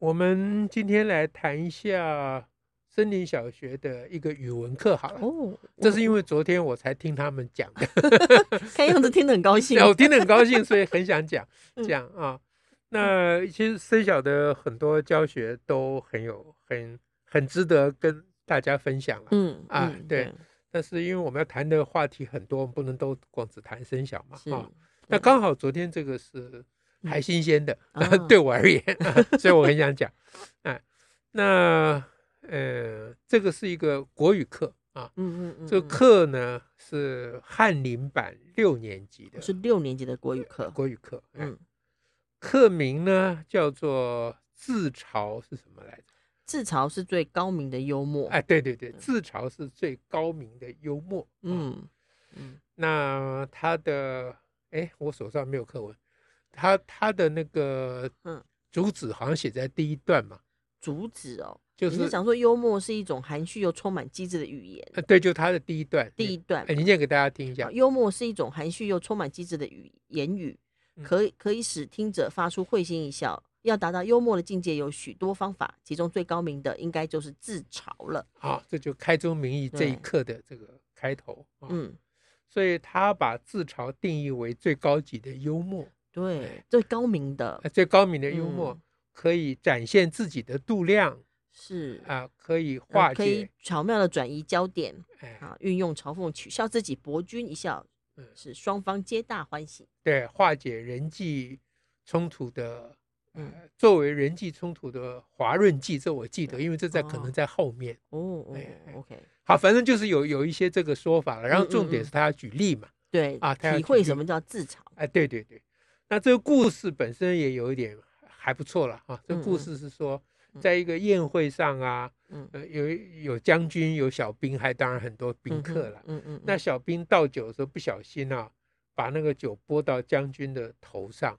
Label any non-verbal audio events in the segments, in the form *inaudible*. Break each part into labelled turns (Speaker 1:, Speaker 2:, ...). Speaker 1: 我们今天来谈一下森林小学的一个语文课好了。
Speaker 2: 哦，啊
Speaker 1: 这是因为昨天我才听他们讲 *laughs* 的，
Speaker 2: 看样子听得很高
Speaker 1: *laughs*
Speaker 2: 兴。
Speaker 1: 我听得很高兴，所以很想讲
Speaker 2: *laughs* 嗯
Speaker 1: 讲啊。那其实森小的很多教学都很有很很值得跟大家分享了。
Speaker 2: 嗯
Speaker 1: 啊
Speaker 2: 嗯
Speaker 1: 对但是因为我们要谈的话题很多，我们不能都光只谈森小嘛
Speaker 2: 是嗯
Speaker 1: 啊。那刚好昨天这个是还新鲜的，
Speaker 2: 啊
Speaker 1: *laughs* 对我而言，所以我很想讲。哎，那呃，这个是一个国语课啊，
Speaker 2: 嗯嗯嗯，
Speaker 1: 这个课呢是翰林版六年级的
Speaker 2: 是六年级的国语课。
Speaker 1: 国语课，嗯，
Speaker 2: 嗯，
Speaker 1: 课名呢叫做自嘲是什么来着？
Speaker 2: 自嘲是最高明的幽默。
Speaker 1: 哎，对对对，自嘲是最高明的幽默。嗯，
Speaker 2: 嗯嗯，
Speaker 1: 那他的哎，我手上没有课文，他他的那个
Speaker 2: 嗯
Speaker 1: 主旨好像写在第一段嘛，
Speaker 2: 主旨哦，
Speaker 1: 就
Speaker 2: 你
Speaker 1: 是
Speaker 2: 是想说幽默是一种含蓄又充满机智的语言？
Speaker 1: 呃对，就他的第一段，
Speaker 2: 第一段
Speaker 1: 哎，你念给大家听一下
Speaker 2: 啊，。幽默是一种含蓄又充满机智的语言语，
Speaker 1: 嗯
Speaker 2: 可以可以使听者发出会心一笑。要达到幽默的境界，有许多方法，其中最高明的应该就是自嘲了。
Speaker 1: 好，这就开宗明义这一
Speaker 2: 对
Speaker 1: 课的这个开头啊。
Speaker 2: 嗯，
Speaker 1: 所以他把自嘲定义为最高级的幽默，哎
Speaker 2: 对，最高明的
Speaker 1: 呃最高明的幽默
Speaker 2: 哦嗯
Speaker 1: 可以展现自己的度量
Speaker 2: 是
Speaker 1: 啊、可以
Speaker 2: 呃
Speaker 1: 化
Speaker 2: 可以
Speaker 1: 解，
Speaker 2: 巧妙的转移焦点
Speaker 1: 哎，
Speaker 2: 啊，运用嘲讽取笑自己，博君一笑
Speaker 1: 嗯，
Speaker 2: 是双方皆大欢喜。
Speaker 1: 对，化解人际冲突的。
Speaker 2: 嗯
Speaker 1: 呃作为人际冲突的滑润剂，这我记得，因为这在可
Speaker 2: 哦
Speaker 1: 能在后面。
Speaker 2: 哦哦
Speaker 1: 哎哎
Speaker 2: ，OK，
Speaker 1: 好，反正就是有有一些这个说法了。然后
Speaker 2: 嗯嗯
Speaker 1: 重点
Speaker 2: 嗯
Speaker 1: 是他要举例嘛，
Speaker 2: 对
Speaker 1: 啊他要
Speaker 2: 体
Speaker 1: 举
Speaker 2: 会
Speaker 1: 例
Speaker 2: 什么叫自嘲？
Speaker 1: 哎，对对对，那这个故事本身也有一点还不错了啊。这
Speaker 2: 嗯
Speaker 1: 故
Speaker 2: 嗯
Speaker 1: 事是说，
Speaker 2: 嗯
Speaker 1: 在一个宴会上啊，
Speaker 2: 嗯
Speaker 1: 呃，有有将军，有小兵，还当然很多宾
Speaker 2: 嗯
Speaker 1: 客
Speaker 2: 哼
Speaker 1: 了。
Speaker 2: 嗯嗯，
Speaker 1: 那
Speaker 2: 嗯
Speaker 1: 小兵倒酒的时候不小心啊，把那个酒泼到将军的头上。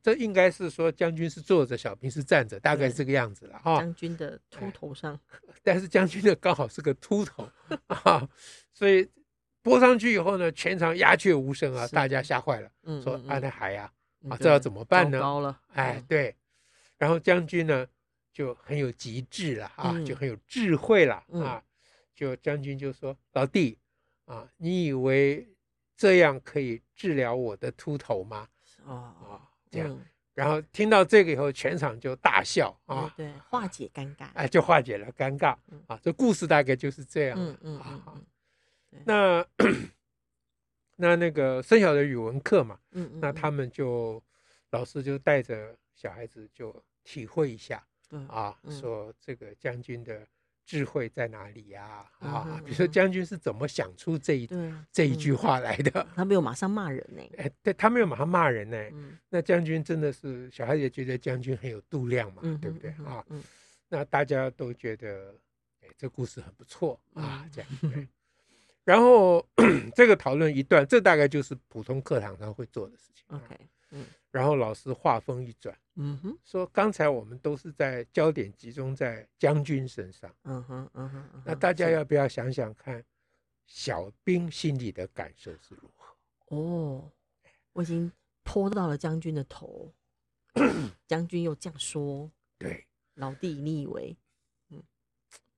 Speaker 1: 这应该是说将军是坐着，小兵是站着，大概
Speaker 2: 嗯
Speaker 1: 是
Speaker 2: 对
Speaker 1: 这个样子了哈。
Speaker 2: 将军的秃
Speaker 1: 哎
Speaker 2: 头上，
Speaker 1: 但是将军呢刚好是个秃头啊，所以拨上去以后呢，全场鸦雀无声啊，
Speaker 2: 是
Speaker 1: 大家吓坏了，
Speaker 2: 嗯，
Speaker 1: 说
Speaker 2: 嗯
Speaker 1: 啊
Speaker 2: 嗯
Speaker 1: 那海呀、
Speaker 2: 嗯
Speaker 1: 啊，
Speaker 2: 对
Speaker 1: 这要怎么办
Speaker 2: 糟
Speaker 1: 呢？
Speaker 2: 糕了，
Speaker 1: 哎
Speaker 2: 嗯，，
Speaker 1: 对，然后将军呢就很有极致了啊，
Speaker 2: 嗯
Speaker 1: 就很有智慧了
Speaker 2: 嗯
Speaker 1: 啊，就将军就说老弟啊，你以为这样可以治疗我的秃头吗？
Speaker 2: 哦，
Speaker 1: 啊，这样，
Speaker 2: 嗯
Speaker 1: 然后听到这个以后，全场就大笑啊，
Speaker 2: 对对，化解尴尬，
Speaker 1: 哎，就化解了尴尬
Speaker 2: 嗯
Speaker 1: 啊。这故事大概就是这样
Speaker 2: 嗯
Speaker 1: 了。
Speaker 2: 嗯
Speaker 1: 啊
Speaker 2: 嗯
Speaker 1: 好
Speaker 2: 嗯
Speaker 1: 那那那个生小的语文课嘛，
Speaker 2: 嗯嗯，
Speaker 1: 那他
Speaker 2: 们
Speaker 1: 们就老师就带着小孩子就体会一下啊，
Speaker 2: 嗯
Speaker 1: 说这个将军的智慧在哪里呀？
Speaker 2: 嗯
Speaker 1: 啊
Speaker 2: 哼，
Speaker 1: 比如说
Speaker 2: 嗯哼
Speaker 1: 将军是怎么想出这一
Speaker 2: 对啊
Speaker 1: 这一句，话来的
Speaker 2: 嗯？他没有马上骂人呢，
Speaker 1: 哎，对他没有马上骂人呢。
Speaker 2: 嗯
Speaker 1: 那将军真的是小孩也觉得将军很有度量嘛
Speaker 2: 嗯，，
Speaker 1: 对不对
Speaker 2: 嗯
Speaker 1: 啊？？
Speaker 2: 嗯
Speaker 1: 那大家都觉得，哎，这故事很不错啊
Speaker 2: 嗯，
Speaker 1: 这样。对 *laughs* 然后这个讨论一段，这大概就是普通课堂上会做的事情
Speaker 2: 嗯
Speaker 1: 啊。
Speaker 2: ，OK，嗯
Speaker 1: 然后老师话锋一转，
Speaker 2: 嗯哼，
Speaker 1: 说刚才我们都是在焦点集中在将军身上，
Speaker 2: 嗯哼嗯哼，嗯
Speaker 1: 那
Speaker 2: 哼
Speaker 1: 大家
Speaker 2: 是
Speaker 1: 要不要想想看，小兵心里的感受是如何？
Speaker 2: 哦，我已经泼到了将军的
Speaker 1: *clears throat*
Speaker 2: 头，将军又这样说，
Speaker 1: 对，
Speaker 2: 老弟，你以为？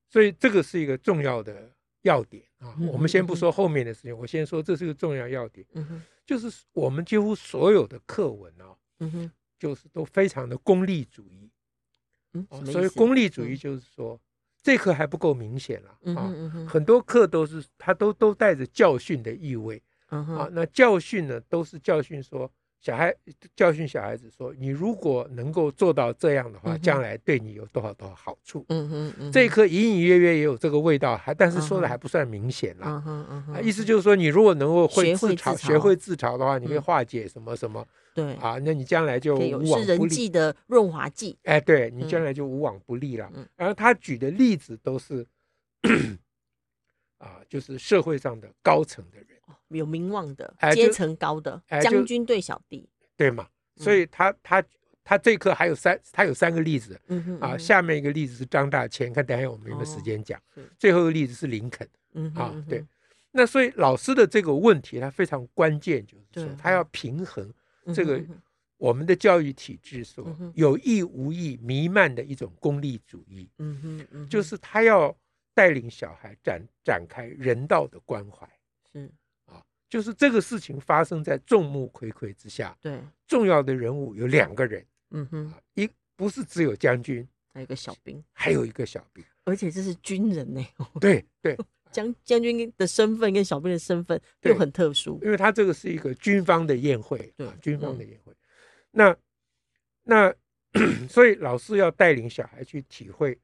Speaker 1: 所以这个是一个重要的要点啊
Speaker 2: 嗯。
Speaker 1: 我们先
Speaker 2: 嗯
Speaker 1: 不
Speaker 2: 嗯
Speaker 1: 说后面的事情，我先说这是个重要要点，
Speaker 2: 嗯哼
Speaker 1: 就是我们几乎所有的课文啊。
Speaker 2: 嗯哼，
Speaker 1: 就是都非常的功利主义。
Speaker 2: 嗯，
Speaker 1: 哦
Speaker 2: 什么
Speaker 1: 所
Speaker 2: 意
Speaker 1: 以
Speaker 2: 思
Speaker 1: 功利主义
Speaker 2: 嗯
Speaker 1: 就是说，这课还不够明显了
Speaker 2: 嗯
Speaker 1: 啊
Speaker 2: 哼。嗯哼
Speaker 1: 很多课都是它都都带着教训的意味
Speaker 2: 嗯
Speaker 1: 啊
Speaker 2: 哼，。
Speaker 1: 那教训呢，都是教训说小孩教训小孩子说，你如果能够做到这样的
Speaker 2: 嗯
Speaker 1: 话，
Speaker 2: 哼
Speaker 1: 将来对你有多少多少好处。
Speaker 2: 嗯哼嗯哼，
Speaker 1: 这一刻隐隐约约也有这个味道，还但是说
Speaker 2: 嗯
Speaker 1: 的
Speaker 2: 哼
Speaker 1: 还不算明显啦。
Speaker 2: 嗯哼嗯
Speaker 1: 啊，
Speaker 2: 哼，
Speaker 1: 意思就是说，你如果能够会
Speaker 2: 学
Speaker 1: 自
Speaker 2: 会
Speaker 1: 嘲，
Speaker 2: 自
Speaker 1: 学
Speaker 2: 嘲
Speaker 1: 会自嘲的话，你可以
Speaker 2: 嗯
Speaker 1: 化解什么什么
Speaker 2: 对，
Speaker 1: 啊，那你将来就
Speaker 2: 可以有
Speaker 1: 无
Speaker 2: 是
Speaker 1: 往不
Speaker 2: 人
Speaker 1: 利。
Speaker 2: 际的润滑剂，
Speaker 1: 哎，对你将
Speaker 2: 嗯
Speaker 1: 来就无往不利了。
Speaker 2: 嗯
Speaker 1: 然后他举的例子都是啊，就是社会上的高层的人，
Speaker 2: 有名望的
Speaker 1: 哎
Speaker 2: 阶
Speaker 1: 就
Speaker 2: 层高的
Speaker 1: 哎就
Speaker 2: 将军对小弟，
Speaker 1: 对吗？
Speaker 2: 嗯
Speaker 1: 所以他他他这一刻还有三，他有三个例子
Speaker 2: 嗯哼
Speaker 1: 啊。
Speaker 2: 嗯哼
Speaker 1: 下面一个例子是张大千，看等一下我们有没
Speaker 2: 哦
Speaker 1: 有时间讲
Speaker 2: 是。
Speaker 1: 最后一个例子是林肯
Speaker 2: 嗯哼
Speaker 1: 啊
Speaker 2: 嗯，
Speaker 1: 对
Speaker 2: 哼。
Speaker 1: 那所以老师的这个问题，他非常关键，就是
Speaker 2: 对
Speaker 1: 说他要平衡
Speaker 2: 嗯
Speaker 1: 这
Speaker 2: 哼
Speaker 1: 个
Speaker 2: 嗯哼
Speaker 1: 我们的教育体制所
Speaker 2: 嗯哼
Speaker 1: 有意无意弥漫的一种功利主义，
Speaker 2: 嗯哼嗯哼，
Speaker 1: 就是他要带领小孩展展开人道的关怀
Speaker 2: 是
Speaker 1: 啊，就是这个事情发生在众目睽睽之下，
Speaker 2: 对，
Speaker 1: 重要的人物有两个人
Speaker 2: 嗯哼，
Speaker 1: 啊，一不是只有将军，
Speaker 2: 还有个小兵，
Speaker 1: 还有一个小
Speaker 2: *laughs*
Speaker 1: 兵，
Speaker 2: 而且这是军人呢、 *laughs*
Speaker 1: 对对，
Speaker 2: 将将军的身份跟小兵的身份又
Speaker 1: 对
Speaker 2: 很特殊，
Speaker 1: 因为他这个是一个军方的宴会，
Speaker 2: 对嗯
Speaker 1: 啊、军方的宴会。那那 *clears throat* 所以老师要带领小孩去体会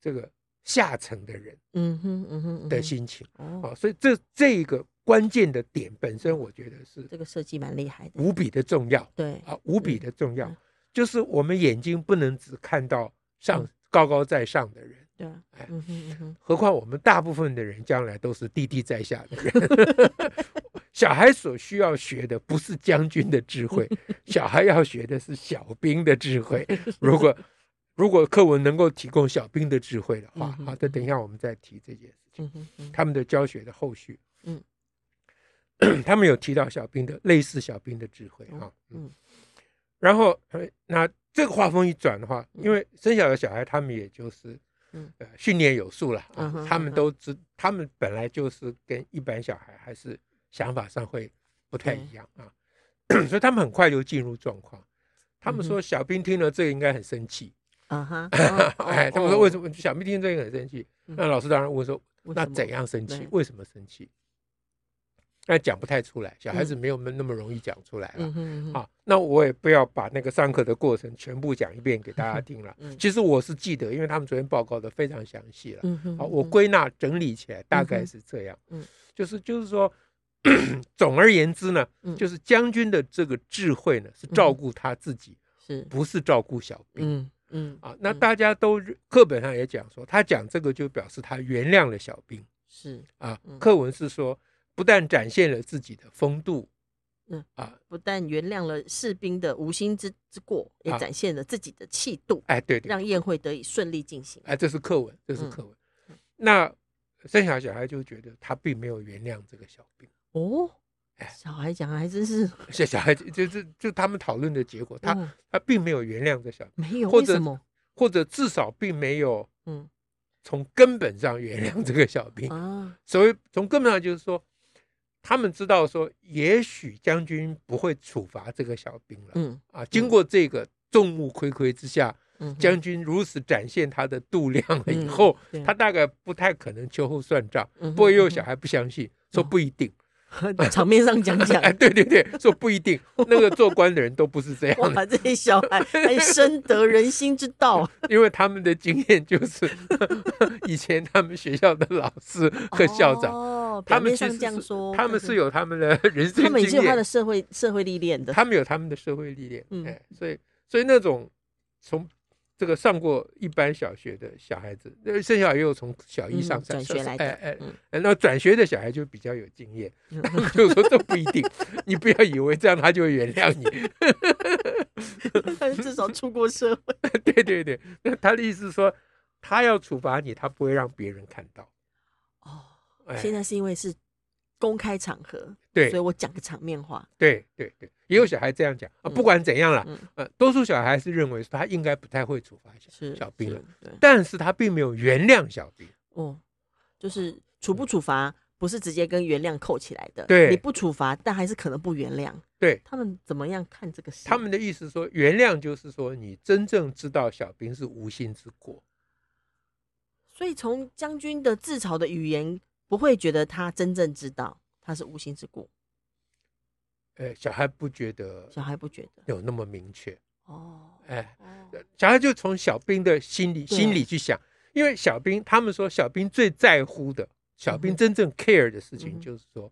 Speaker 1: 这个下层的人
Speaker 2: 嗯哼嗯哼嗯
Speaker 1: 的
Speaker 2: 哼，
Speaker 1: 心情啊、
Speaker 2: 哦，
Speaker 1: 所以这这一个关键的点本身，我觉得是
Speaker 2: 这个设计蛮厉害的，
Speaker 1: 无比的重要
Speaker 2: 对，
Speaker 1: 啊，无比的重要
Speaker 2: 嗯。
Speaker 1: 就是我们眼睛不能只看到
Speaker 2: 嗯
Speaker 1: 上高高在上的人，
Speaker 2: 对啊
Speaker 1: 哎，
Speaker 2: 嗯哼嗯哼，
Speaker 1: 何况我们大部分的人将来都是低低在下的
Speaker 2: *laughs*
Speaker 1: 人。小孩所需要学的不是将军的智
Speaker 2: *laughs*
Speaker 1: 慧，小孩要学的是小兵的智慧。如果如果课文能够提供小兵的智慧的话，
Speaker 2: 嗯哼
Speaker 1: 好的，等一下我们再提这件事情。
Speaker 2: 嗯哼嗯哼，
Speaker 1: 他们的教学的后续，
Speaker 2: 嗯
Speaker 1: *clears throat* 他们有提到小兵的类似小兵的智慧
Speaker 2: 哦
Speaker 1: 啊，
Speaker 2: 嗯
Speaker 1: 嗯，然后呃那这个画风一转的话，
Speaker 2: 嗯
Speaker 1: 因为生小的小孩他们也就是
Speaker 2: 嗯。
Speaker 1: 呃，训练有素了
Speaker 2: 嗯
Speaker 1: 啊
Speaker 2: 哼，
Speaker 1: 他们
Speaker 2: 嗯哼
Speaker 1: 都知，他们本来就是跟一般小孩还是想法上会不太一样啊， *clears throat* 所以他们很快就进入状况。他们
Speaker 2: 嗯
Speaker 1: 说小兵听了这个应该很生气，，
Speaker 2: 啊哈
Speaker 1: *laughs*
Speaker 2: 哦
Speaker 1: 哎，他们说为什
Speaker 2: 么？
Speaker 1: 么小兵听这个很生气？
Speaker 2: 嗯
Speaker 1: 那老师当然问说，
Speaker 2: 为
Speaker 1: 那
Speaker 2: 什么
Speaker 1: 怎样生气
Speaker 2: 对？
Speaker 1: 为什么生气？那讲不太出来，小孩子没有那么容易讲出来了
Speaker 2: 嗯哼嗯哼，
Speaker 1: 啊。那我也不要把那个上课的过程全部讲一遍
Speaker 2: *laughs*
Speaker 1: 给大家听了
Speaker 2: 嗯。
Speaker 1: 其实我是记得，因为他们昨天报告的非常详细了。
Speaker 2: 嗯哼，
Speaker 1: 好，啊
Speaker 2: 嗯
Speaker 1: 我
Speaker 2: 哼
Speaker 1: 归纳整理起来大
Speaker 2: 嗯
Speaker 1: 概
Speaker 2: 哼
Speaker 1: 是这样，
Speaker 2: 嗯
Speaker 1: 就是就是说，总而言之呢，
Speaker 2: 嗯
Speaker 1: 就是将军的这个智慧呢，是
Speaker 2: 嗯
Speaker 1: 照
Speaker 2: 哼
Speaker 1: 顾他自己，
Speaker 2: 是，
Speaker 1: 不是照顾小兵。
Speaker 2: 嗯嗯
Speaker 1: 啊，那
Speaker 2: 嗯
Speaker 1: 大家都课本上也讲说，他讲这个就表示他原谅了小兵
Speaker 2: 是，
Speaker 1: 啊
Speaker 2: 嗯。
Speaker 1: 课文是说，不但展现了自己的风度，
Speaker 2: 嗯
Speaker 1: 啊，
Speaker 2: 不但原谅了士兵的无心之之过，也
Speaker 1: 啊
Speaker 2: 展现了自己的气度，
Speaker 1: 哎，对对，
Speaker 2: 让宴会得以顺利进行。
Speaker 1: 哎，这是课文，这是
Speaker 2: 嗯
Speaker 1: 课文。那生小小孩就觉得他并没有原谅这个小兵， *laughs*
Speaker 2: 哦
Speaker 1: 哎，
Speaker 2: 小孩讲还真是，
Speaker 1: 小小孩就就就就他们讨论的结果，他
Speaker 2: 嗯
Speaker 1: 他并没有原谅这小兵，
Speaker 2: 没有
Speaker 1: 或
Speaker 2: 为
Speaker 1: 者
Speaker 2: 什么？
Speaker 1: 或者至少并没有
Speaker 2: 嗯
Speaker 1: 从根本上原谅这个小兵。
Speaker 2: 啊，
Speaker 1: *laughs* 所谓从根本上就是说，他们知道说，也许将军不会处罚这个小兵了、
Speaker 2: 嗯
Speaker 1: 啊。经过这个众目睽睽之下，
Speaker 2: 嗯哼，
Speaker 1: 将军如此展现他的度量了以
Speaker 2: 嗯
Speaker 1: 后，
Speaker 2: 对
Speaker 1: 他大概不太可能秋后算账。
Speaker 2: 嗯哼
Speaker 1: 不过也有
Speaker 2: 嗯
Speaker 1: 小
Speaker 2: 哼哦
Speaker 1: 孩不相信，说不一定。 *laughs*
Speaker 2: 场面上讲讲
Speaker 1: 哎，，对对对，说不一
Speaker 2: *laughs*
Speaker 1: 定。那个做官的人都不是这样的，
Speaker 2: 哇，这些小
Speaker 1: *laughs*
Speaker 2: 孩还深得人心之道啊，
Speaker 1: 因为他们的经验就是 *laughs* 以前他们学校的老师和校长，
Speaker 2: 哦，
Speaker 1: 他
Speaker 2: 表
Speaker 1: 们
Speaker 2: 面
Speaker 1: 其
Speaker 2: 上
Speaker 1: 实
Speaker 2: 这样
Speaker 1: 是
Speaker 2: 说，
Speaker 1: 他们
Speaker 2: 但
Speaker 1: 是有他们的人生
Speaker 2: 哦他们也是
Speaker 1: 经
Speaker 2: 有他的
Speaker 1: 验，
Speaker 2: 社会社会历练的，
Speaker 1: 他们有他们的社会历练。
Speaker 2: 嗯
Speaker 1: 哎，所以所以那种从这个上过一般小学的小孩子，呃，剩下也有从小一
Speaker 2: 嗯
Speaker 1: 上
Speaker 2: 转学来的
Speaker 1: 哎哎
Speaker 2: 嗯，
Speaker 1: 哎那转学的小孩就比较有经
Speaker 2: *laughs*
Speaker 1: 验， *laughs*
Speaker 2: 嗯
Speaker 1: 他们就说这不一定，你不要以为这样他就会原
Speaker 2: *laughs*
Speaker 1: 谅你。
Speaker 2: 但是至少出过社
Speaker 1: *laughs*
Speaker 2: 会。
Speaker 1: 对对对，那他的意思是说，他要处罚你，他不会让别人看到。
Speaker 2: 哦，
Speaker 1: 哎，
Speaker 2: 现在是因为是公开场合，
Speaker 1: 对
Speaker 2: 所以我讲个场面话，
Speaker 1: 对对对，也有小孩这样讲啊。
Speaker 2: 嗯
Speaker 1: 不管怎样啦，
Speaker 2: 嗯
Speaker 1: 呃，多数小孩是认为他应该不太会处罚小
Speaker 2: 是
Speaker 1: 小兵
Speaker 2: 是
Speaker 1: 了，
Speaker 2: 对，
Speaker 1: 但是他并没有原谅小兵。
Speaker 2: 哦，就是处不处罚不是直接跟原谅扣起来的，
Speaker 1: 对
Speaker 2: 你不处罚，但还是可能不原谅。
Speaker 1: 对
Speaker 2: 他们怎么样看这个事？
Speaker 1: 他们的意思说，原谅就是说你真正知道小兵是无心之过。
Speaker 2: 所以从将军的自嘲的语言，不会觉得他真正知道他是无心之过。
Speaker 1: 呃，小孩不觉得
Speaker 2: 小孩不觉得
Speaker 1: 有那么明确，
Speaker 2: 哦，
Speaker 1: 哎，
Speaker 2: 哦
Speaker 1: 小孩就从小兵的心里
Speaker 2: 对
Speaker 1: 心里去想，因为小兵他们说小兵最在乎的，小
Speaker 2: 嗯
Speaker 1: 兵
Speaker 2: 哼
Speaker 1: 真正 care 的事
Speaker 2: 嗯
Speaker 1: 情
Speaker 2: 哼
Speaker 1: 就是说。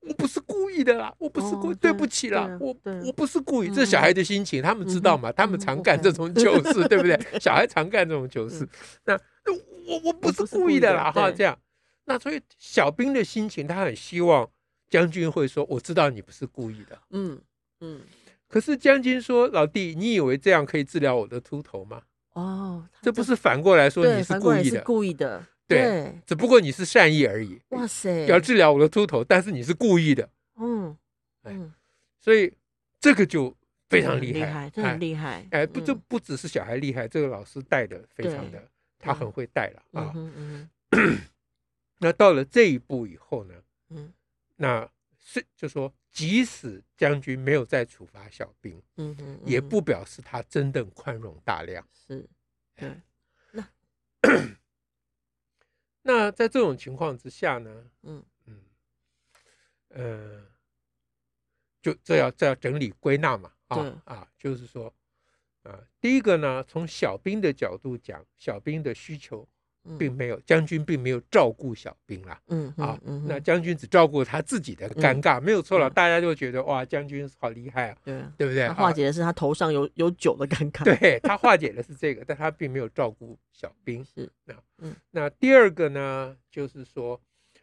Speaker 1: 我不是故意的啦，我不是故意，
Speaker 2: 哦对
Speaker 1: 对不起啦
Speaker 2: 对，
Speaker 1: 我
Speaker 2: 对
Speaker 1: 我不是故意，
Speaker 2: 嗯
Speaker 1: 这是小孩的心情，他们知道嘛，他们
Speaker 2: 嗯
Speaker 1: 常
Speaker 2: 我
Speaker 1: 干这
Speaker 2: 懂
Speaker 1: 种糗事，对不
Speaker 2: *laughs*
Speaker 1: 对？小孩常干这种糗事
Speaker 2: 嗯，
Speaker 1: 那那我我不
Speaker 2: 我
Speaker 1: 是
Speaker 2: 不是
Speaker 1: 故
Speaker 2: 故
Speaker 1: 意
Speaker 2: 意
Speaker 1: 的
Speaker 2: 的
Speaker 1: 啦，哈，
Speaker 2: 对
Speaker 1: 这样，那所以小兵的心情，他很希望将军会说，我知道你不是故意的，
Speaker 2: 嗯嗯，
Speaker 1: 可是将军说：“老弟，你以为这样可以治疗我的秃头吗？
Speaker 2: 哦，他
Speaker 1: 这不是反过来说
Speaker 2: 对
Speaker 1: 你是
Speaker 2: 反
Speaker 1: 故
Speaker 2: 过来
Speaker 1: 意
Speaker 2: 是
Speaker 1: 的，
Speaker 2: 故意的，
Speaker 1: 对
Speaker 2: 对，
Speaker 1: 只不过你是善意而已。
Speaker 2: 哇塞，
Speaker 1: 要治疗我的秃头，但是你是故意的，
Speaker 2: 嗯
Speaker 1: 哎
Speaker 2: 嗯，
Speaker 1: 所以这个就非常
Speaker 2: 很
Speaker 1: 厉害，
Speaker 2: 害，这很厉害，
Speaker 1: 哎哎，不，这
Speaker 2: 嗯
Speaker 1: 不只是小孩厉害，这个老师带的非常的
Speaker 2: 对，
Speaker 1: 他很会带了
Speaker 2: 嗯
Speaker 1: 啊。
Speaker 2: 哼嗯
Speaker 1: 那到了这一步以后呢，
Speaker 2: 哼嗯
Speaker 1: 那是就说，即使将军没有再处罚小兵，
Speaker 2: 嗯哼，
Speaker 1: 也
Speaker 2: 嗯哼
Speaker 1: 不表示他真的宽容大量。”哎
Speaker 2: 是，对，
Speaker 1: *clears throat* 那在这种情况之下呢，
Speaker 2: 嗯
Speaker 1: 嗯呃，就这要这要整理归纳嘛，
Speaker 2: 对
Speaker 1: 啊啊，就是说，啊，第一个呢，从小兵的角度讲，小兵的需求
Speaker 2: 嗯
Speaker 1: 并没有，将军并没有照顾小兵啦。
Speaker 2: 嗯
Speaker 1: 啊
Speaker 2: 嗯嗯
Speaker 1: 那
Speaker 2: 哼
Speaker 1: 将军只照顾他自己的尴尬，没有错了，
Speaker 2: 嗯
Speaker 1: 大家就觉得哇，将军好厉害啊，
Speaker 2: 对啊，
Speaker 1: 对不对？
Speaker 2: 他化
Speaker 1: 啊
Speaker 2: 解的是他头上有有酒的尴 *laughs* 尬，，
Speaker 1: 对他化解的是这个，但他并没有照顾小兵。
Speaker 2: 是，
Speaker 1: 那
Speaker 2: 嗯
Speaker 1: 那第二个呢，就是说，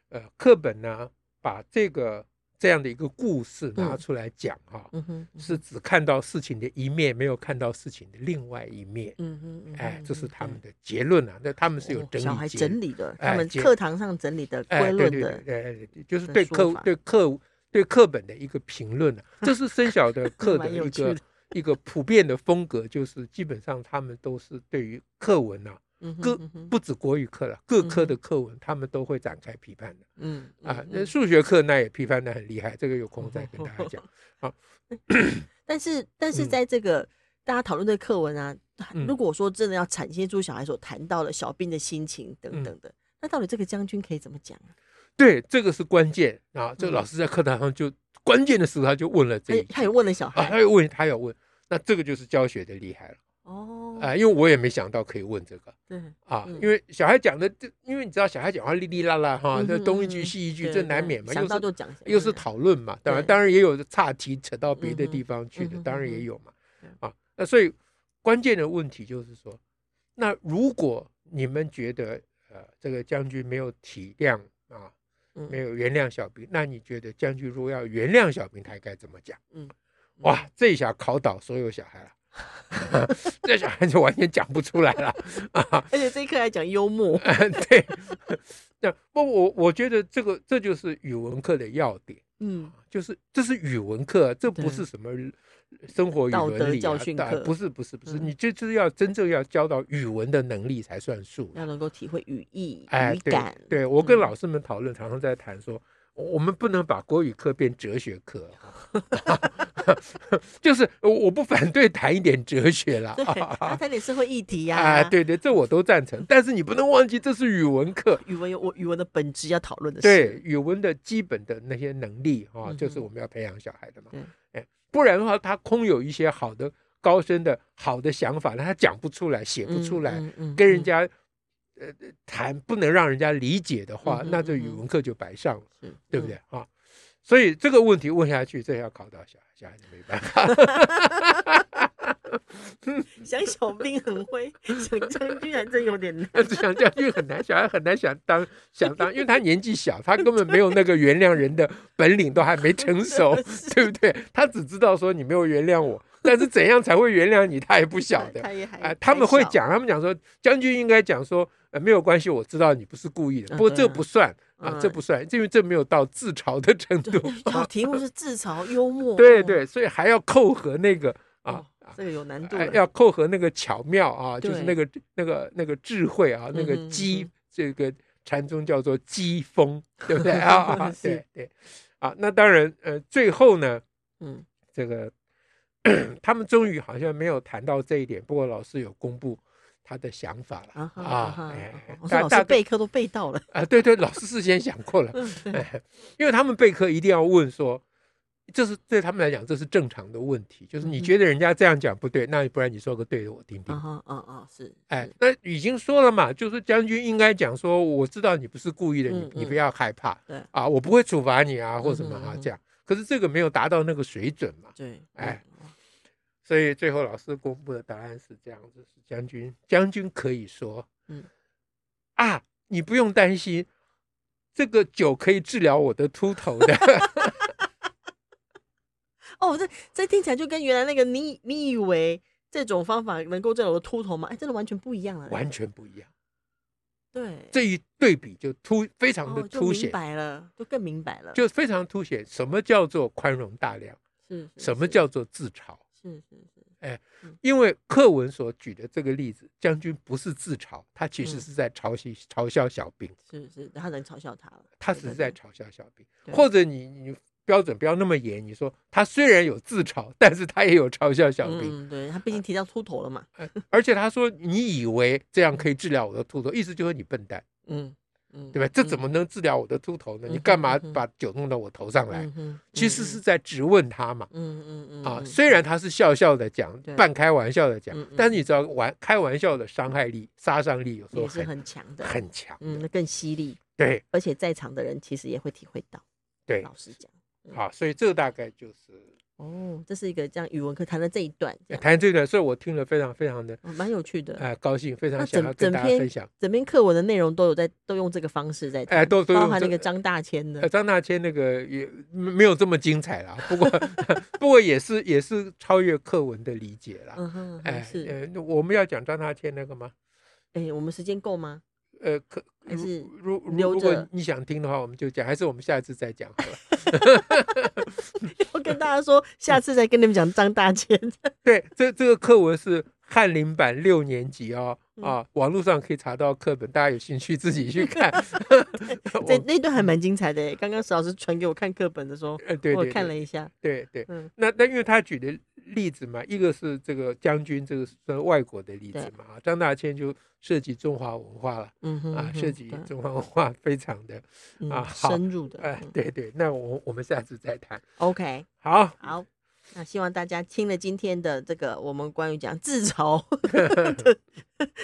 Speaker 1: 呃，课本呢把这个这样的一个故事拿
Speaker 2: 嗯
Speaker 1: 出来讲哈、
Speaker 2: 嗯哼，嗯
Speaker 1: 是
Speaker 2: 哼，
Speaker 1: 只看到事情的一面，没有看到事情的另外一面。
Speaker 2: 嗯哼嗯哼，
Speaker 1: 哎，这是
Speaker 2: 嗯
Speaker 1: 他
Speaker 2: 哼
Speaker 1: 们的结论啊。那他们是有
Speaker 2: 哦
Speaker 1: 整理、
Speaker 2: 小孩整理的，
Speaker 1: 哎
Speaker 2: 他们
Speaker 1: 结
Speaker 2: 课堂上整理的
Speaker 1: 哎，
Speaker 2: 归
Speaker 1: 对
Speaker 2: 论
Speaker 1: 对
Speaker 2: 的，
Speaker 1: 对，哎，对就是
Speaker 2: 的
Speaker 1: 对
Speaker 2: 说
Speaker 1: 课
Speaker 2: 法
Speaker 1: 对课对课本的一个评论啊，这是生
Speaker 2: *laughs*
Speaker 1: 小的课的
Speaker 2: 蛮
Speaker 1: 一
Speaker 2: 有趣
Speaker 1: 个
Speaker 2: 的
Speaker 1: 一个普遍的风格，就是基本上他们都是对于课文啊，
Speaker 2: 嗯哼
Speaker 1: 各
Speaker 2: 嗯哼
Speaker 1: 不止国语课了，各科
Speaker 2: 嗯哼
Speaker 1: 的课文他们都会展开批判的
Speaker 2: 嗯
Speaker 1: 啊
Speaker 2: 嗯。
Speaker 1: 那
Speaker 2: 嗯
Speaker 1: 数学课那也批判的很厉害，这个有空再跟大家
Speaker 2: *laughs*
Speaker 1: 讲。
Speaker 2: 但是但是
Speaker 1: 嗯
Speaker 2: 在这个、大家讨论的课文啊，
Speaker 1: 嗯
Speaker 2: 如果说真的要展现出小孩所谈到的小兵的心情
Speaker 1: 嗯
Speaker 2: 等等的，那到底这个将军可以怎么讲啊？
Speaker 1: 对，这个是关键啊，这
Speaker 2: 嗯
Speaker 1: 个老师在课堂上就关键的时候他就问了这
Speaker 2: 他
Speaker 1: 一
Speaker 2: 也
Speaker 1: 句
Speaker 2: 他也问了小
Speaker 1: 啊，
Speaker 2: 孩、
Speaker 1: 他有问，他有问，那这个就是教学的厉害了
Speaker 2: 哦，
Speaker 1: 啊，因为我也没想到可以问这个。
Speaker 2: 对，
Speaker 1: 啊
Speaker 2: 嗯，
Speaker 1: 因为小孩讲的，这因为你知道小孩讲话哩哩啦啦哈，
Speaker 2: 嗯
Speaker 1: 这
Speaker 2: 哼
Speaker 1: 东一
Speaker 2: 嗯
Speaker 1: 句
Speaker 2: 哼
Speaker 1: 西一句，
Speaker 2: 对
Speaker 1: 这
Speaker 2: 对
Speaker 1: 难免嘛，
Speaker 2: 想
Speaker 1: 又
Speaker 2: 到
Speaker 1: 是
Speaker 2: 就讲，想
Speaker 1: 又
Speaker 2: 到
Speaker 1: 是
Speaker 2: 就讲
Speaker 1: 讨论嘛，当然
Speaker 2: 对
Speaker 1: 当然也有岔题扯到别的
Speaker 2: 嗯哼
Speaker 1: 地方去的，
Speaker 2: 嗯哼
Speaker 1: 当然
Speaker 2: 嗯
Speaker 1: 也
Speaker 2: 哼
Speaker 1: 有嘛
Speaker 2: 对，
Speaker 1: 啊，那所以关键的问题就是说，那如果你们觉得呃这个将军没有体谅啊，
Speaker 2: 嗯
Speaker 1: 没有原谅小兵，那你觉得将军如果要原谅小兵，他该怎么讲？
Speaker 2: 嗯
Speaker 1: 哇，，这下考倒所有小孩了。 *laughs* 这小孩就完全讲不出来了啊！
Speaker 2: 而且这一课还讲幽
Speaker 1: *laughs*
Speaker 2: 默，
Speaker 1: 对，那不我我觉得这个这就是语文课的要点，啊
Speaker 2: 嗯
Speaker 1: 就是这是语文课，啊这不
Speaker 2: 对
Speaker 1: 是什么生活语
Speaker 2: 道
Speaker 1: 伦
Speaker 2: 德
Speaker 1: 理、啊、
Speaker 2: 教训
Speaker 1: 当
Speaker 2: 课
Speaker 1: 不是不是不是，
Speaker 2: 嗯
Speaker 1: 你这就是要真正要教到语文的能力才算数。
Speaker 2: 要能够体会语义、
Speaker 1: 哎，
Speaker 2: 语
Speaker 1: 对
Speaker 2: 感，
Speaker 1: 对，我跟
Speaker 2: 嗯
Speaker 1: 老师们讨论，常常在谈说。我我们不能把国语课变哲学课，啊
Speaker 2: *laughs*
Speaker 1: *laughs* 就是我我不反对谈一点哲学啦。
Speaker 2: 对，还要谈点社会议题呀、
Speaker 1: 啊，，对对，这我都赞成，但是你不能忘记这是语文课，
Speaker 2: 语文有我语文的本质要讨论的事，
Speaker 1: 对语文的基本的那些能力啊，就
Speaker 2: 嗯
Speaker 1: 是
Speaker 2: 哼
Speaker 1: 我们要培养小孩的嘛
Speaker 2: 对。
Speaker 1: 哎，不然的话，他空有一些好的、高深的、好的想法，那他讲不出来，写不出来，
Speaker 2: 嗯嗯
Speaker 1: 跟人
Speaker 2: 嗯
Speaker 1: 家呃谈不能让人家理解的话，
Speaker 2: 嗯哼
Speaker 1: 那这
Speaker 2: 嗯
Speaker 1: 语
Speaker 2: 哼
Speaker 1: 文课就白上了，
Speaker 2: 是
Speaker 1: 对
Speaker 2: 嗯
Speaker 1: 不？对啊？所以这个问题问下去，这要考到小孩，小孩子没办法。
Speaker 2: 想小兵很会，想将军还真有点
Speaker 1: *laughs*
Speaker 2: 难。
Speaker 1: 但是想将军很难，小孩很难想
Speaker 2: *laughs*
Speaker 1: 当想当，因为他年纪小，他根本没有那个原谅人的本领，都还没成
Speaker 2: *laughs*
Speaker 1: 熟，对不对？他只知道说你没有原谅我，但是怎样才会原谅你，他也不晓得。
Speaker 2: 他也还
Speaker 1: 啊、他们
Speaker 2: 还
Speaker 1: 会
Speaker 2: 小
Speaker 1: 讲，他们讲说将军应该讲说，呃，没有关系，我知道你不是故意的，
Speaker 2: 嗯
Speaker 1: 不过这
Speaker 2: 对啊
Speaker 1: 不算啊，这
Speaker 2: 嗯
Speaker 1: 不算，因为这没有到自嘲的程度。
Speaker 2: 小题目是自嘲幽默，
Speaker 1: *laughs* 对
Speaker 2: 哦，
Speaker 1: 对，所以还要扣合那个啊
Speaker 2: 哦。这个有难度
Speaker 1: 哎，
Speaker 2: 了。
Speaker 1: 要扣合那个巧妙啊，就是
Speaker 2: 对
Speaker 1: 那个那个那个智慧啊，那
Speaker 2: 嗯
Speaker 1: 个
Speaker 2: 哼嗯
Speaker 1: 机
Speaker 2: 哼
Speaker 1: 这个禅宗叫做
Speaker 2: *laughs*
Speaker 1: 机锋，对不对啊？啊
Speaker 2: 是
Speaker 1: 对对，啊，那当然，呃，最后呢，
Speaker 2: 嗯
Speaker 1: 这个 *clears throat* 他们终于好像没有谈到这一点，不过老师有公布他的想法了
Speaker 2: 啊哈啊哈
Speaker 1: 啊，哎
Speaker 2: 啊哈，我说
Speaker 1: 大
Speaker 2: 老
Speaker 1: 大
Speaker 2: 师
Speaker 1: 概
Speaker 2: 备课都背到
Speaker 1: 呃
Speaker 2: 了，
Speaker 1: *laughs* 啊，对对，老师事先想过了，
Speaker 2: 嗯对
Speaker 1: 哎因为他们备课一定要问说，这是对他们来讲这是正常的问题，就是你觉得人家这样讲不对，那不然你说个对的我听听
Speaker 2: 嗯啊。哈，嗯嗯，是，
Speaker 1: 哎
Speaker 2: 是，，
Speaker 1: 那已经说了嘛，就是将军应该讲说，我知道你不是故意的，你
Speaker 2: 嗯
Speaker 1: 你
Speaker 2: 嗯
Speaker 1: 不要害怕，
Speaker 2: 对
Speaker 1: 啊，我不会处罚你啊，或什么
Speaker 2: 嗯
Speaker 1: 啊
Speaker 2: 哼嗯哼
Speaker 1: 这样。可是这个没有达到那个水准嘛，
Speaker 2: 对，嗯
Speaker 1: 哎，所以最后老师公布的答案是这样子：是将军，将军可以说，
Speaker 2: 嗯
Speaker 1: 啊，你不用担心，这个酒可以治疗我的秃头的。
Speaker 2: *laughs* 哦，这这听起来就跟原来那个你你以为这种方法能够治疗我的秃头吗？哎，真的完全不一样了。
Speaker 1: 完全不一样。
Speaker 2: 对，
Speaker 1: 这一对比就突非常的
Speaker 2: 哦就
Speaker 1: 凸
Speaker 2: 明
Speaker 1: 显，
Speaker 2: 白了，就更明白了。
Speaker 1: 就非常凸显什么叫做宽容大量，
Speaker 2: 是是
Speaker 1: 什么
Speaker 2: 是
Speaker 1: 叫做自嘲。
Speaker 2: 是是是
Speaker 1: 因为课文所举的这个例子，将军不是自嘲，他其
Speaker 2: 嗯
Speaker 1: 实是在嘲笑嘲笑小兵，
Speaker 2: 是是，他能嘲笑他了，
Speaker 1: 他
Speaker 2: 对
Speaker 1: 只是
Speaker 2: 对
Speaker 1: 在
Speaker 2: 对
Speaker 1: 嘲笑小兵。
Speaker 2: 对
Speaker 1: 或者你你标准不要那么严，你说他虽然有自嘲，但是他也有嘲笑啊小兵，
Speaker 2: 嗯嗯，对他毕竟提到秃头了
Speaker 1: *laughs*
Speaker 2: 嘛，
Speaker 1: 而且他说你以为这样可以治疗我的秃头，意思就是你笨蛋，
Speaker 2: 嗯嗯，
Speaker 1: 对吧？这
Speaker 2: 嗯
Speaker 1: 怎么能治疗我的秃头呢？
Speaker 2: 嗯
Speaker 1: 你干嘛
Speaker 2: 嗯嗯
Speaker 1: 把酒弄到我头上来？
Speaker 2: 嗯哼
Speaker 1: 其
Speaker 2: 嗯
Speaker 1: 实
Speaker 2: 嗯
Speaker 1: 是在质问他嘛。
Speaker 2: 嗯嗯嗯
Speaker 1: 啊，
Speaker 2: 嗯
Speaker 1: 虽然他是笑笑的讲
Speaker 2: 对，
Speaker 1: 半开玩笑的讲
Speaker 2: 嗯嗯，
Speaker 1: 但是你知道玩开玩笑的伤害力、杀伤力有时候
Speaker 2: 也是
Speaker 1: 很
Speaker 2: 很强的，
Speaker 1: 很强的。
Speaker 2: 嗯，那更犀利，
Speaker 1: 对
Speaker 2: 而且在场的人其实也会体会到。
Speaker 1: 对，
Speaker 2: 老实讲，
Speaker 1: 好，所以这个大概就是
Speaker 2: 哦，这是一个这样语文课谈的这一段，这样
Speaker 1: 谈这个，所以我听了非常非常的
Speaker 2: 哦蛮有趣的。
Speaker 1: 呃高兴，非
Speaker 2: 那
Speaker 1: 常
Speaker 2: 整
Speaker 1: 想要跟大
Speaker 2: 整
Speaker 1: 家
Speaker 2: 篇
Speaker 1: 分享。
Speaker 2: 整篇课文的内容都有在都用这个方式在谈，
Speaker 1: 哎都都
Speaker 2: 包
Speaker 1: 用
Speaker 2: 含
Speaker 1: 这
Speaker 2: 那个
Speaker 1: 个
Speaker 2: 张大千
Speaker 1: 呃，
Speaker 2: 的，
Speaker 1: 张大千那个也没没有这么精彩啦，
Speaker 2: *laughs*
Speaker 1: 不过不过也是也是超越课文的理解啦。
Speaker 2: 嗯哼，嗯哼
Speaker 1: 哎，
Speaker 2: 是，
Speaker 1: 呃那我们要讲张大千那个吗？
Speaker 2: 哎，我们时间够吗？ *laughs*
Speaker 1: 呃，可
Speaker 2: 还
Speaker 1: 如
Speaker 2: 是
Speaker 1: 如如
Speaker 2: 留
Speaker 1: 如
Speaker 2: 着
Speaker 1: 果你想听的话，我们就讲，还是我们下一次再讲好了。 *laughs*
Speaker 2: 我跟大家说，下次再跟你们讲张大千。
Speaker 1: 对，这这个课文是翰林版六年级哦，
Speaker 2: 嗯
Speaker 1: 啊，网络上可以查到课本，大家有兴趣自己
Speaker 2: *laughs*
Speaker 1: 去看。
Speaker 2: 这
Speaker 1: *laughs* *laughs* 我
Speaker 2: 那一段还蛮精彩的耶，刚刚石老师传给我看课本的时候，
Speaker 1: 呃，对
Speaker 2: 我
Speaker 1: 对，
Speaker 2: 看
Speaker 1: 对
Speaker 2: 了一下，
Speaker 1: 对对，
Speaker 2: 嗯
Speaker 1: 那那因为他举的例子嘛，一个是这个将军，这个是算外国的例子嘛，啊，张大千就涉及中华文化了
Speaker 2: 嗯哼
Speaker 1: 啊
Speaker 2: 嗯，哼
Speaker 1: 涉及
Speaker 2: 对
Speaker 1: 中华文化非常的，
Speaker 2: 嗯
Speaker 1: 啊好
Speaker 2: 深入的，
Speaker 1: 哎
Speaker 2: 嗯，
Speaker 1: 对对，那我我们下次再谈。
Speaker 2: ，OK，
Speaker 1: 好，
Speaker 2: 好。那希望大家听了今天的这个我们关于讲自
Speaker 1: *laughs*
Speaker 2: 嘲的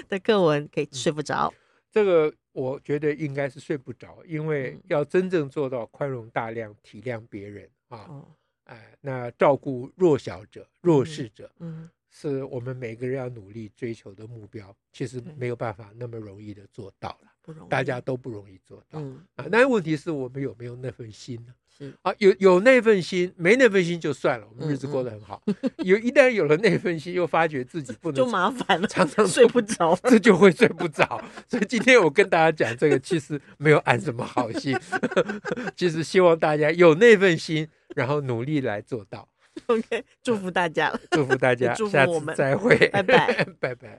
Speaker 2: 的课文，
Speaker 1: 嗯
Speaker 2: 可以睡不着。
Speaker 1: 这个我觉得应该是睡不着，因为
Speaker 2: 嗯
Speaker 1: 要真正做到宽容大量、体谅别人啊，
Speaker 2: 哦，
Speaker 1: 哎，那照顾弱小者、弱势者，
Speaker 2: 嗯，
Speaker 1: 是我们每个人要努力追求的目标。其实
Speaker 2: 对
Speaker 1: 没有办法那么容易的做到了，
Speaker 2: 不容易。
Speaker 1: 大家，都不容易做到
Speaker 2: 嗯，
Speaker 1: 啊。那问题是我们有没有那份心呢？
Speaker 2: 是，
Speaker 1: 啊，有有那份心，没那份心就算了，我们
Speaker 2: 嗯
Speaker 1: 日子
Speaker 2: 嗯
Speaker 1: 过得很好。有一旦有了那份心，又发觉自己不
Speaker 2: 就
Speaker 1: 能
Speaker 2: 麻烦了， *laughs*
Speaker 1: 常常
Speaker 2: 睡不着。
Speaker 1: 这就会睡不着。所以今天我跟大家讲这个，其实没有安什么好心， *laughs* 其实希望大家有那份心，然后努力来做到。
Speaker 2: OK，祝福大家。
Speaker 1: 祝福大家，
Speaker 2: 祝福
Speaker 1: 下
Speaker 2: 我
Speaker 1: 次
Speaker 2: 们
Speaker 1: 再会，
Speaker 2: 拜拜，
Speaker 1: *laughs* 拜拜。